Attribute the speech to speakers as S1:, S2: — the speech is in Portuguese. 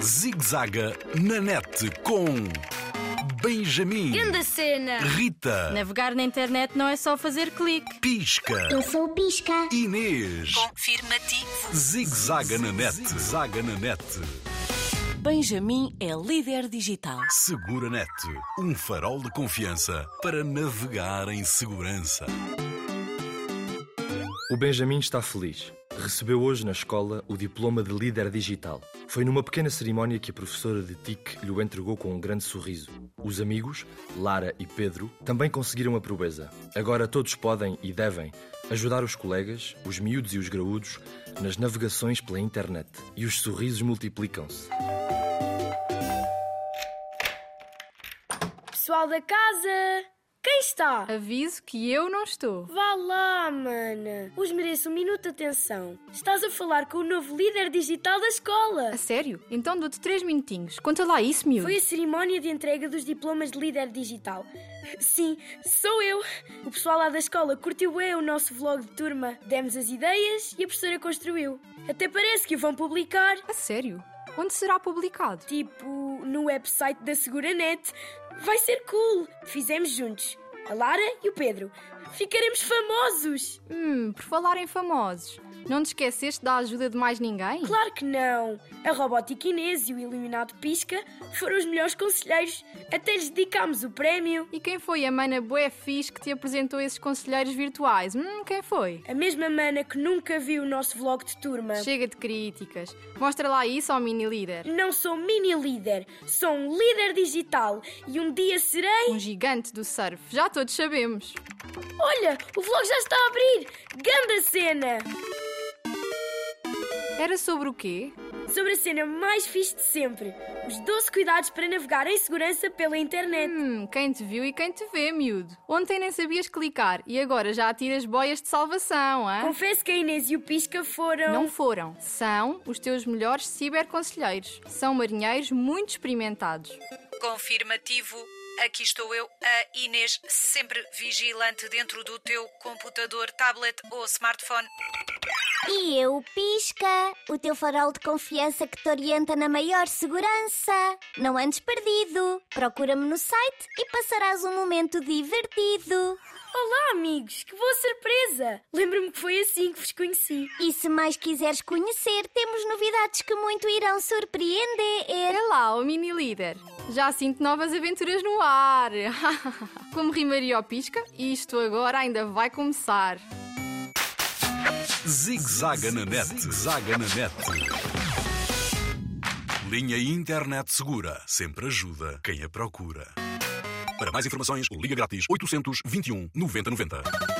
S1: Zigzaga na net com Benjamin,
S2: Grande cena!
S1: Rita,
S3: Navegar na internet não é só fazer clique.
S1: Pisca,
S4: Eu sou o Pisca.
S1: Inês.
S5: Confirmativo.
S1: Zigzaga na net, zaga na net.
S5: Benjamin é líder digital.
S1: Segura net, um farol de confiança para navegar em segurança.
S6: O Benjamin está feliz. Recebeu hoje na escola o diploma de líder digital. Foi numa pequena cerimónia que a professora de TIC lhe o entregou com um grande sorriso. Os amigos, Lara e Pedro, também conseguiram a proeza. Agora todos podem e devem ajudar os colegas, os miúdos e os graúdos, nas navegações pela internet. E os sorrisos multiplicam-se.
S7: Pessoal da casa, quem está?
S3: Aviso que eu não estou.
S7: Vá lá, mana. Hoje mereço um minuto de atenção. Estás a falar com o novo líder digital da escola.
S3: A sério? Então dou-te três minutinhos. Conta lá isso, miúdo.
S7: Foi a cerimónia de entrega dos diplomas de líder digital. Sim, sou eu. O pessoal lá da escola curtiu é o nosso vlog de turma. Demos as ideias e a professora construiu. Até parece que o vão publicar.
S3: A sério? Onde será publicado?
S7: Tipo, no website da Seguranet. Vai ser cool. Fizemos juntos. A Lara e o Pedro. Ficaremos famosos.
S3: Hum, por falar em famosos, não te esqueceste da ajuda de mais ninguém?
S7: Claro que não! A Robótica Inês e o Iluminado Pisca foram os melhores conselheiros, até lhes dedicámos o prémio.
S3: E quem foi a mana bué fixe que te apresentou esses conselheiros virtuais? Hum, quem foi?
S7: A mesma mana que nunca viu o nosso vlog de turma.
S3: Chega de críticas. Mostra lá isso ao mini líder.
S7: Não sou mini líder, sou um líder digital e um dia serei.
S3: Um gigante do surf. Já todos sabemos.
S7: Olha, o vlog já está a abrir! Ganda cena!
S3: Era sobre o quê?
S7: Sobre a cena mais fixe de sempre: os 12 cuidados para navegar em segurança pela internet.
S3: Hum, quem te viu e quem te vê, miúdo. Ontem nem sabias clicar e agora já tiras boias de salvação, hã?
S7: Confesso que a Inês e o Pisca foram.
S3: Não foram. São os teus melhores ciberconselheiros. São marinheiros muito experimentados.
S5: Confirmativo. Aqui estou eu, a Inês, sempre vigilante dentro do teu computador, tablet ou smartphone.
S4: E eu, o Pisca, o teu farol de confiança que te orienta na maior segurança. Não andes perdido. Procura-me no site e passarás um momento divertido.
S7: Olá, amigos! Que boa surpresa! Lembro-me que foi assim que vos conheci.
S4: E se mais quiseres conhecer, temos novidades que muito irão surpreender.
S3: Olha lá, o mini líder. Já sinto novas aventuras no ar. Como rimaria ao pisca, isto agora ainda vai começar.
S1: Zigzaga na net, zaga na net. Linha Internet Segura sempre ajuda um quem a procura. Para mais informações, liga grátis 821 9090.